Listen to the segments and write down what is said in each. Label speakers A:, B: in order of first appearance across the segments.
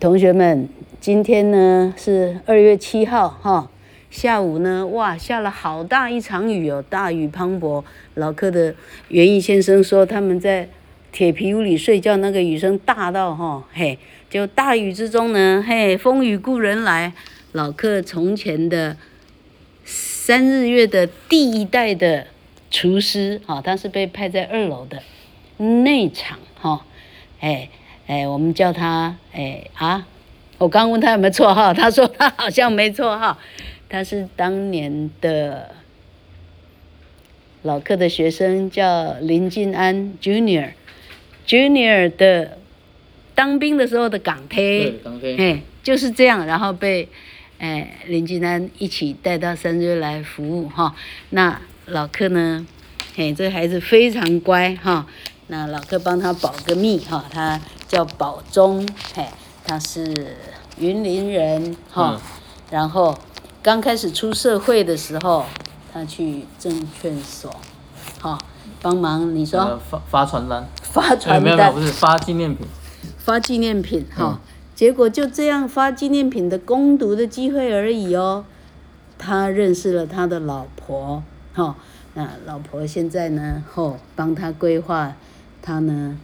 A: 同学们，今天呢是二月七号哈、下午呢哇下了好大一场雨哦，大雨磅礴。老客的园艺先生说他们在铁皮屋里睡觉，那个雨声大到哈、嘿，就大雨之中呢嘿，风雨故人来。老客从前的三日月的第一代的厨师啊、他是被派在二楼的内场哈。哎哎，我们叫他哎啊，我刚问他有没有绰号，他说他好像没绰号，他是当年的老客的学生，叫林晋安 Junior Junior 的当兵的时候的港
B: 对，
A: 铁，
B: 港飞，
A: 哎，就是这样，然后被哎林晋安一起带到三瑞来服务哈、那老客呢，嘿，这孩子非常乖哈、那老客帮他保个密哈、他叫保忠，嘿，他是云林人哈、
B: 嗯
A: 然后刚开始出社会的时候，他去证券所，哈、帮忙你
B: 呃
A: 说
B: 发发传单，
A: 发
B: 哎
A: 传
B: 没有没
A: 单
B: 有，不是发纪念品，
A: 发纪念品哈、结果就这样发纪念品的攻读的机会而已哦。他认识了他的老婆哈、那老婆现在呢，哦，帮他规划，他呢，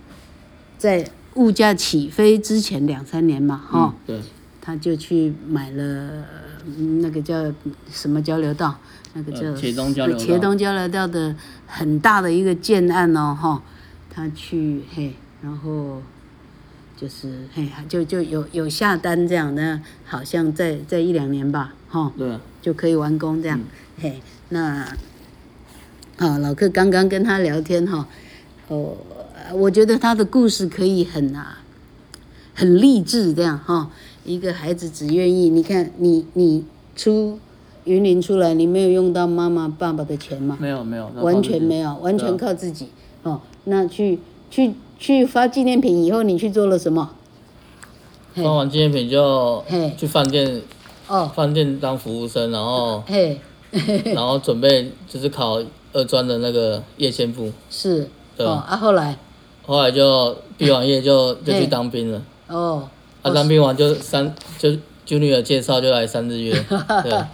A: 在物价起飞之前两三年嘛，哈、
B: 嗯，对，
A: 他就去买了嗯那个叫什么交流道，那个叫
B: 呃茄东交流道
A: 茄东交流道的很大的一个建案哦，哈，他去嘿，然后就是嘿，就就有有下单这样的，好像在在一两年吧，哈，
B: 对，
A: 就可以完工这
B: 嗯
A: 样，嘿，那啊，老客刚刚跟他聊天哈，哦，我觉得他的故事可以很啊，很励志这样哈、一个孩子只愿意，你看你你出云林出来，你没有用到妈妈爸爸的钱嘛，
B: 没有没有，那
A: 完
B: 放这
A: 全
B: 边
A: 没有，完全
B: 对啊
A: 靠自己哦。那去去去发纪念品以后，你去做了什么？嘿
B: 发完纪念品就
A: 嘿
B: 去饭店，
A: 哦，
B: 饭店当服务生，然后
A: 嘿，
B: 然后准备就是考二专的那个夜间部，
A: 是
B: 对
A: 哦啊，后来
B: 后来就毕完业就就
A: 嘿
B: 去当兵了，
A: 哦，
B: 啊，当兵完就三就 Junior 介绍就来三 日月，对，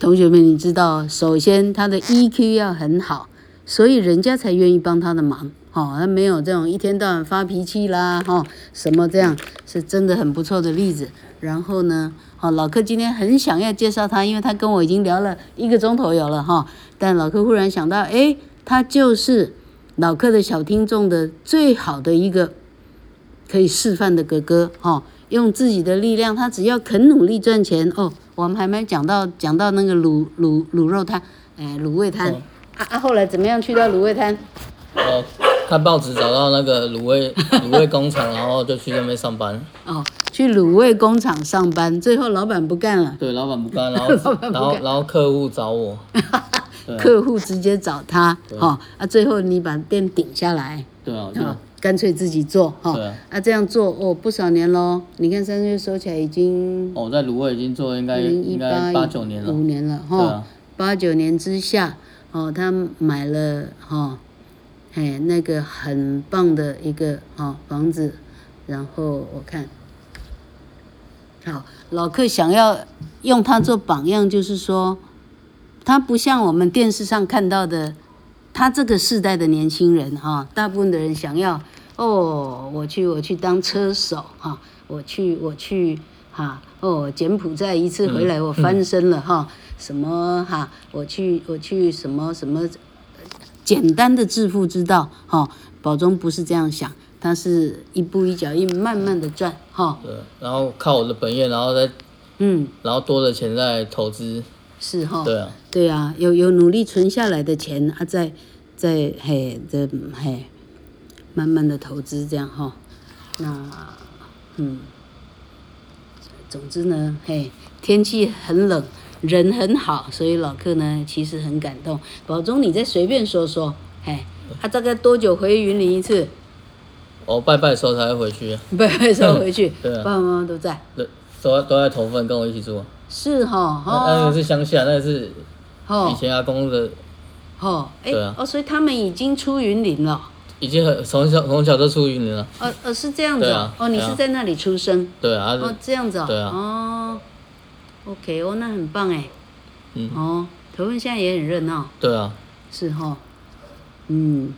A: 同学们，你知道，首先他的 EQ 要很好，所以人家才愿意帮他的忙。哦，他没有这种一天到晚发脾气啦，哈、哦，什么这样，是真的很不错的例子。然后呢，哦，老柯今天很想要介绍他，因为他跟我已经聊了一个钟头有了哈、但老柯忽然想到，诶，他就是老柯的小听众的最好的一个可以示范的哥哥哈、哦，用自己的力量，他只要肯努力赚钱哦。我们还没讲到讲到那个卤卤卤肉摊，哎，卤味摊、
B: 嗯
A: 啊啊，后来怎么样去到卤味摊？
B: 呃，看报纸找到那个卤味卤味工厂，然后就去那边上班，
A: 哦，去卤味工厂上班，最后老板不干了，
B: 对，老板不干，然后
A: 板不干
B: 然后然后客户找我，对
A: 客户直接找他，哦啊，最后你把店顶下来，
B: 对啊，我就
A: 啊，干脆自己做哈，
B: 对
A: 哦
B: 啊、
A: 啊，这样做哦不少年喽，你看三月收起来已经
B: 哦，我在卤味已经做应该
A: 零一
B: 应
A: 八
B: 该八九年
A: 五
B: 了，
A: 年了哦
B: 对
A: 哈
B: 啊，
A: 八九、年之下哦，他买了哦哈，哎那个很棒的一个哦房子，然后我看，好老客想要用他做榜样，就是说，他不像我们电视上看到的，他这个世代的年轻人哈、大部分的人想要哦，我去我去当车手哈、我去我去哈、哦，柬埔寨一次回来我翻身了哈、什么哈、我去我去什么什么。简单的致富之道，哈、宝中不是这样想，他是一步一脚印，慢慢的赚，哈、
B: 对，然后靠我的本业，然后再
A: 嗯，
B: 然后多的钱再投资，
A: 是哈、
B: 对啊，
A: 对啊，有有努力存下来的钱啊，再再嘿这嘿，慢慢的投资这样哈、那嗯，总之呢，嘿，天气很冷，人很好，所以老客呢其实很感动。宝中，你再随便说说，嘿，他、大概多久回云林一次？
B: 我哦拜拜的时候才会回去，
A: 不会说回去，
B: 对啊
A: 爸爸妈妈都在。
B: 对，都在都在头份跟我一起住，
A: 哦是哈，
B: 那那个
A: 哦，
B: 是乡下，那个呃是以
A: 哦，
B: 前阿公的，
A: 哦，哎
B: 对啊，
A: 哦，所以他们已经出云林了。
B: 已经很从小从小就出云林了，
A: 哦哦，是这样子
B: 对
A: 哦
B: 啊。
A: 哦，你
B: 对
A: 是
B: 啊
A: 在那里出生？
B: 对啊，
A: 哦，这样子哦。
B: 对啊
A: 哦，OK，哦，那很棒哎。
B: 嗯
A: 哦，台湾现在也很热闹，
B: 对啊，
A: 是哈。嗯，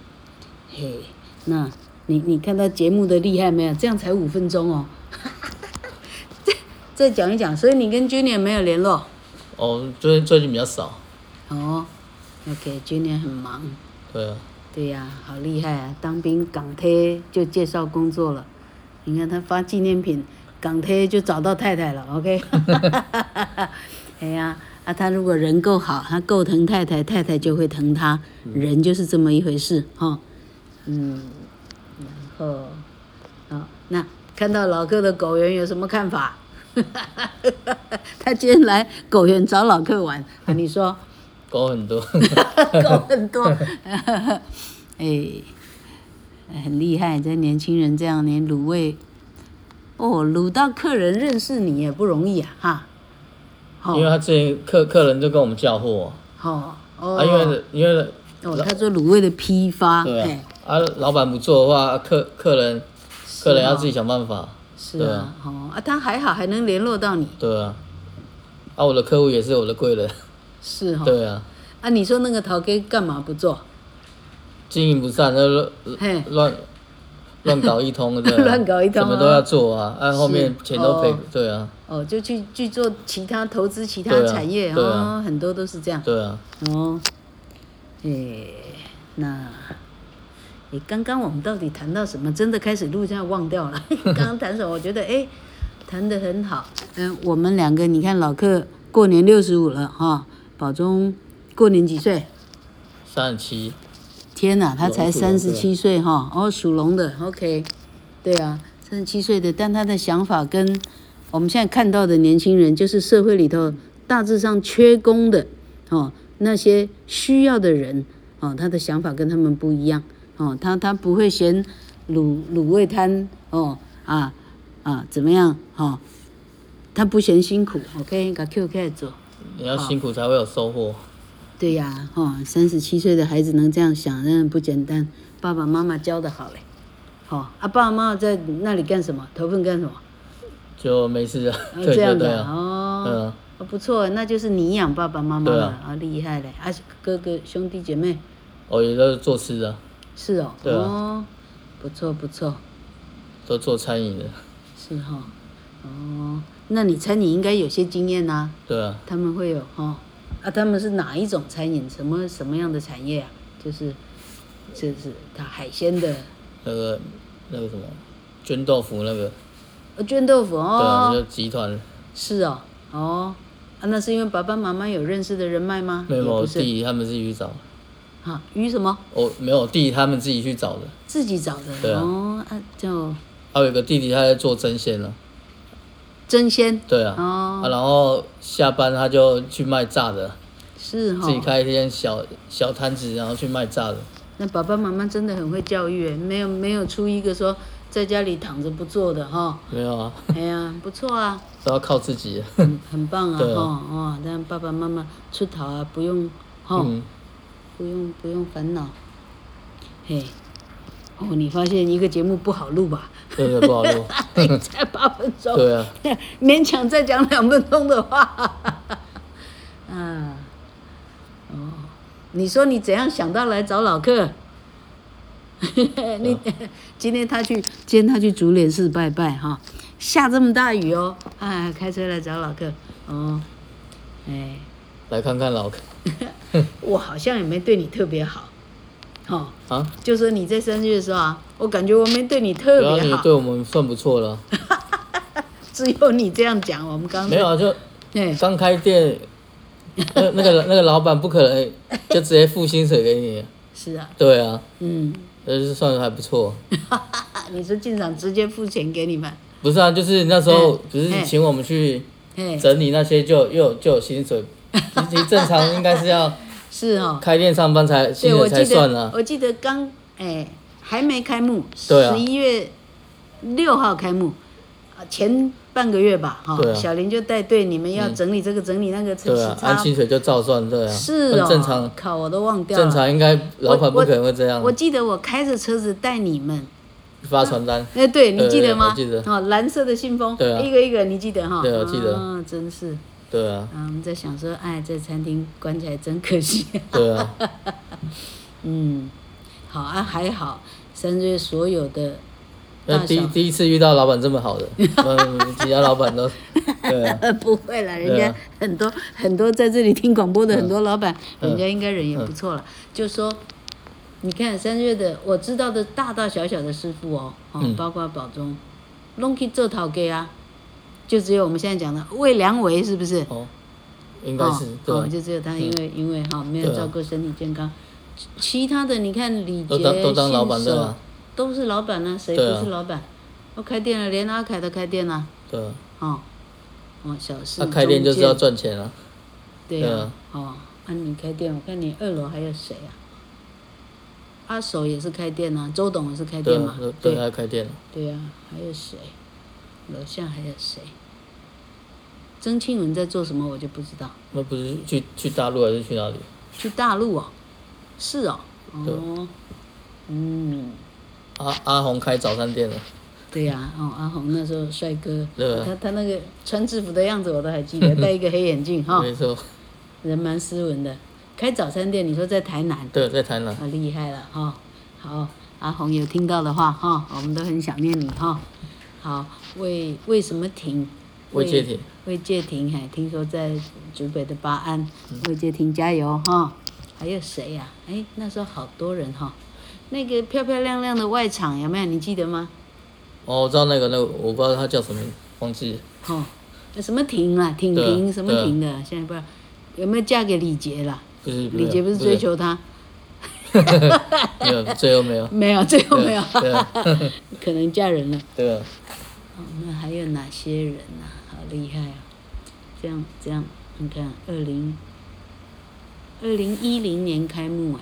A: 嘿，那你你看到节目的厉害没有？这样才五分钟哦。 再再讲一讲，所以你跟 Junior 没有联络。
B: 哦，最最近比较少，
A: 哦，OK，Junior 很忙。
B: 对啊，
A: 对呀、好厉害啊！当兵港铁就介绍工作了，你看他发纪念品，港铁就找到太太了，OK 。哎呀，啊，他如果人够好，他够疼太太，太太就会疼他，人就是这么一回事哈、嗯，然后，哦，那看到老客的狗园有什么看法？ 他今天来狗园找老客玩，啊你说？
B: 狗很 多，
A: 狗很多， 哎，很厉害，这年轻人这样连卤味，哦，卤到客人认识你也不容易啊，哈，
B: 因为
A: 好，
B: 他之前客客人就跟我们叫货，
A: 好，
B: 啊，因
A: 哦，
B: 为因为
A: 哦，他做卤味的批发，
B: 对
A: 哎
B: 啊，，啊，老板不做的话，客客人
A: 啊
B: 客人要自己想办法，
A: 是
B: 对
A: 啊
B: 啊，
A: 哦，啊，他还好还能联络到你，
B: 对啊，啊，我的客户也是我的贵人，
A: 是哈，
B: 对啊，
A: 啊，你说那个陶哥干嘛不做？
B: 经营不善就乱
A: 嘿
B: 乱乱搞一通，对啊
A: 乱搞一通
B: 什么都要做啊，啊，后面钱都赔
A: 哦，
B: 对啊，
A: 哦，就去去做其他投资其他
B: 对啊
A: 产业，
B: 对啊
A: 哦，很多都是这样。
B: 对啊，
A: 哦，诶，那，诶，刚刚我们到底谈到什么？真的开始录这样忘掉了。 刚刚谈什么？我觉得诶，谈得很好。嗯、我们两个，你看老克过年六十五了哈、宝中过年几岁？
B: 三十七，
A: 天呐，他才
B: 龙属龙
A: 三
B: 对
A: 十七岁哈，哦，属龙的，OK，对啊，三十七岁的，但他的想法跟我们现在看到的年轻人，就是社会里头大致上缺工的哦，那些需要的人哦，他的想法跟他们不一样哦，他他不会嫌卤卤味摊哦啊啊怎么样哦，他不嫌辛苦，OK，给 Q 开做。
B: 你要辛苦才会有收获，
A: 对呀、哈、哦，三十七岁的孩子能这样想，真的不简单。爸爸妈妈教的好嘞，好、哦、啊，爸爸妈妈在那里干什么？投份干什么？
B: 就没事啊，
A: 啊，
B: 对
A: 这
B: 对
A: 样
B: 对
A: 的、
B: 啊，
A: 哦，
B: 嗯，
A: 啊不错，那就是你养爸爸妈妈
B: 对
A: 了
B: 啊
A: 啊厉害嘞！啊，哥哥兄弟姐妹
B: 我哦也都是做吃的，
A: 是哦，
B: 对啊
A: 哦，不错不错，
B: 都做餐饮的，
A: 是哈、哦，那你餐饮应该有些经验呐、
B: 对啊，
A: 他们会有哈、哦，啊，他们是哪一种餐饮？什么什么样的产业啊？就是，就是他海鲜的。
B: 那个那个什么菌豆腐那个，
A: 呃，卷豆腐
B: 对啊，就
A: 哦，
B: 集团，
A: 是哦，哦，啊，那是因为爸爸妈妈有认识的人脉吗？
B: 没
A: 也
B: 有
A: 不
B: 我
A: 是，
B: 弟他们自己去找，
A: 啊，鱼什么
B: 我没有我弟他们自己去找的，
A: 自己找
B: 对
A: 的
B: 啊
A: 哦，啊，叫
B: 还有一个弟弟他在做针线了，
A: 真鲜
B: 对啊，
A: 哦
B: 啊，然后下班他就去卖炸的，
A: 是哦哈
B: 自己，开一间小小摊子，然后去卖炸的，
A: 那爸爸妈妈真的很会教育耶，没有没有出一个说在家里躺着不做的 哈，
B: 没有啊，
A: 哎呀，不错啊，
B: 都要靠自己，
A: 很很棒啊，
B: 对啊
A: 哦哦，让爸爸妈妈出逃啊，不用哈。
B: 嗯，
A: 不用不用烦恼。嘿，哦，你发现一个节目不好录吧？
B: 对对，不好录，
A: 才八分钟，
B: 对啊，
A: 勉强再讲两分钟的话， 啊，哦，你说你怎样想到来找老客？ 你
B: 嗯
A: 今天他去，今天他去竹联寺拜拜哈，下这么大雨哦，哎，开车来找老客，哦，哎。
B: 来看看老客
A: 我好像也没对你特别好，哦，
B: 啊，
A: 就说你在生日的时候啊，我感觉我没对你特
B: 对啊，
A: 别
B: 你
A: 好，
B: 对我们算不 错了，
A: 只有你这样讲，我们刚
B: 没有啊，就
A: 哎，
B: 刚开店，那那个那个老板不可能哎就直接付薪水给你，
A: 是啊，
B: 对啊，
A: 嗯，
B: 呃，就是算还不错，
A: 你说进场直接付钱给你们，
B: 不是啊，就是那时候不
A: 哎
B: 是请我们去
A: 哎，
B: 整理那些就又有就有薪水，其实正常应该是 要
A: 是哦，
B: 开店上班才薪
A: 对，我
B: 水
A: 记
B: 才算
A: 得
B: 啊，
A: 我记得刚哎还没开幕，
B: 对啊
A: 十一月六号开幕，啊前半个月吧，哈、
B: 对啊嗯
A: 小林就带队，你们要整理这个、整理那个，这
B: 对
A: 个
B: 啊，
A: 时
B: 按
A: 差
B: 薪水就照算，对啊，
A: 是
B: 很
A: 哦，
B: 正常，
A: 靠，我都忘掉了。
B: 正常应该老板不
A: 我
B: 可能会这样
A: 我记得我开着车子带你们，
B: 发传单，
A: 哎，对你
B: 对
A: 记
B: 对
A: 得吗？
B: 我记得
A: 哦，蓝色的信封，
B: 对啊
A: 一个一个你记得哈？
B: 对啊记得
A: 啊，真是，
B: 对啊，
A: 啊，我们在想说，哎，这餐厅关起来真可惜。
B: 对啊，
A: 嗯，好啊，还好，三月所有的大
B: 那第
A: 小
B: 第一次遇到老板这么 好的，嗯，其他老板都，对啊，
A: 不会啦，人
B: 对
A: 家
B: 啊
A: 很多、很多在这里听广播的很多老板，
B: 嗯
A: 人家应该人也不错了。就说，你看三月的我知道的大大小小的师傅哦，哦，
B: 嗯
A: 包括宝中，拢去做讨给啊，就只有我们现在讲的魏良维是不是？
B: 哦，应该是
A: 哦
B: 对
A: 哦
B: 啊，
A: 就只有他，因为、因为哈、没有
B: 对啊
A: 照顾身体健康，其其他的你看李杰、
B: 都当都当老板
A: 信
B: 的
A: 手
B: 啊
A: 都是老板呢、谁
B: 对啊
A: 不是老板？我开店了，连阿凯都开店了，
B: 对啊，
A: 哦，哦，小事。
B: 他开店就是要
A: 中间
B: 赚钱啊，
A: 对
B: 对
A: 呀
B: 啊、
A: 哦，啊，你开店，我看你二楼还有谁啊？阿手也是开店啊，周董也是开
B: 对
A: 店嘛
B: 啊，，对，他开店了，
A: 对呀、还有谁？楼下还有谁？曾庆文在做什么，我就不知道。
B: 那不是去去大陆还是去哪里？
A: 去大陆哦，是哦，
B: 对
A: 哦，嗯，
B: 阿阿红开早餐店了，
A: 对呀、哦，阿红那时候帅哥，
B: 对啊
A: 他他那个穿制服的样子我都还记 得，戴一个黑眼镜哈、
B: 没错，
A: 人蛮斯文的。开早餐店，你说在台南，
B: 对，在台南，
A: 啊，厉害了哈、好，阿红有听到的话哈、我们都很想念你哈、好，魏魏什么婷？
B: 魏介廷，
A: 魏介廷，嘿，听说在竹北的八安，
B: 嗯
A: 魏介廷加油哈、还有谁呀、哎，那时候好多人哈、那个漂漂亮亮的外场有没有？你记得吗？
B: 哦，我知道那个那个，我不知道他叫什么名，忘记了，
A: 哦，什么婷啊，婷
B: 对啊
A: 婷什么
B: 对啊
A: 婷的，现在不知道有没有嫁给李杰了？
B: 不是
A: 李杰不是追，求他？
B: 没有，最 后没有，
A: 没有，最后没有，
B: 对啊，对啊
A: 可能嫁人了。
B: 对啊，
A: 哦，那还有哪些人呐、好厉害啊！这样这样，你看，二零二零一零年开幕哎、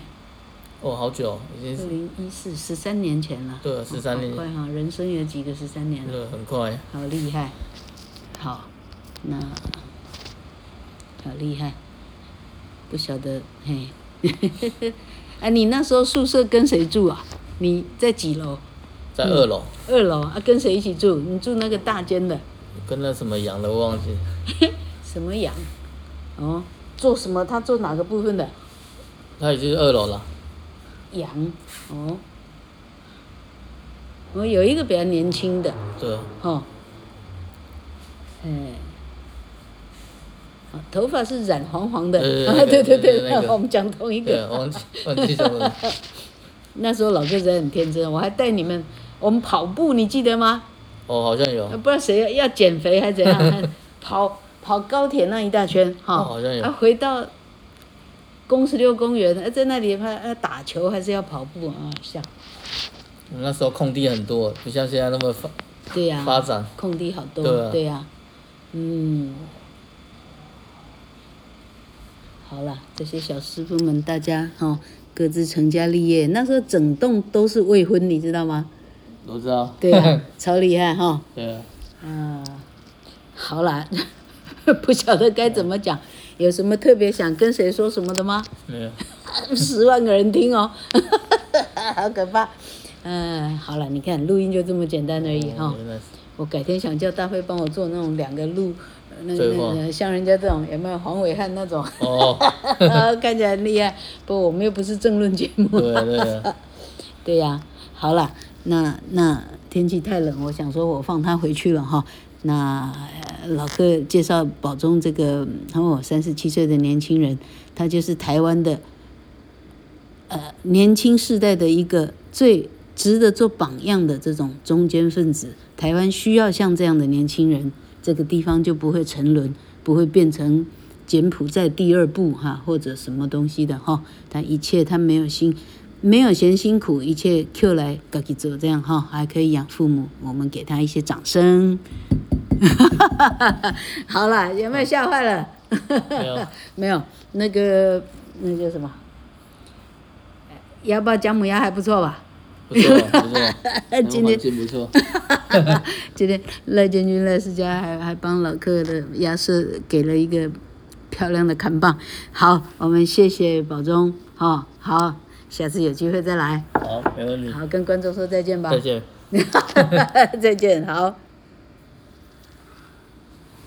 B: 哦，好久，已经
A: 二
B: 是
A: 零一四十三年前了。
B: 对啊
A: 哦
B: 13年
A: 好快哈、人生有几个十三年了？
B: 对，很快，
A: 好厉害，好，那好厉害，不晓得嘿， 啊，你那时候宿舍跟谁住啊？你在几楼？
B: 在二楼，
A: 二楼啊？跟谁一起住？你住那个大间的？
B: 跟那什么羊的我忘记，
A: 什么羊？哦，做什么？他做哪个部分的
B: 他已经是二楼了，
A: 羊？哦，我有一个比较年轻的，
B: 对啊，
A: 哦，哎，啊头发是染黄黄的，
B: 对对
A: 啊， 对
B: 对
A: 对对，
B: 对对那个
A: 我们讲同一
B: 对
A: 个。
B: 啊，忘记忘记什么了，
A: 那时候老哥子很天真，我还带你们，我们跑步，你记得吗？
B: 哦，好像有
A: 啊，不知道谁要要减肥还是怎样， 还跑跑高铁那一大圈哈，
B: 哦好像有
A: 啊，回到公十六公园，啊在那里还还打球还是要跑步啊，像
B: 我们那时候空地很多，不像现在那么发
A: 对呀、
B: 发展，
A: 空地好多，
B: 对啊
A: 呀、嗯，好了，这些小师傅们大家哈、哦各自成家立业，那时候整栋都是未婚，你知道吗？
B: 我知道，
A: 对 啊，超厉害哈、
B: 对啊，
A: 啊，好啦， 不晓得该怎么讲，有什么特别想跟谁说什么的吗？
B: 没有，
A: 十万个人听哦， 好可怕。嗯、好了，你看录音就这么简单而已哈、
B: 哦原来是
A: 我改天想叫大辉帮我做那种两个录，呃那
B: 对
A: 那
B: 话
A: 那像人家这种有没有黄伟汉那种，
B: 哦，
A: 看起来很厉害。不，我们又不是政论节目。
B: 对啊对啊，
A: 对呀、好啦，那那天气太冷，我想说我放他回去了哈。那呃老哥介绍宝中这个哦，三十七岁的年轻人，他就是台湾的呃年轻世代的一个最值得做榜样的这种中间分子。台湾需要像这样的年轻人，这个地方就不会沉沦，不会变成柬埔寨第二部哈、或者什么东西的哈、他一切他没有辛，没有嫌辛苦，一切 Q 来自己做这样哈、还可以养父母。我们给他一些掌声。 好了，有没有吓坏了？
B: 没有，
A: 没有，那个那叫什么？呃鸭爸姜母鸭还不错吧？
B: 不不错啊不错，那 个
A: 今天
B: 环境不错。
A: 今天赖建军、赖世佳还还帮老客的亚瑟给了一个漂亮的扛棒。好，我们谢谢宝忠，哈、哦，好，下次有机会再来。
B: 好，没问题，
A: 好，跟观众说再见吧。
B: 再见。
A: 再见，好。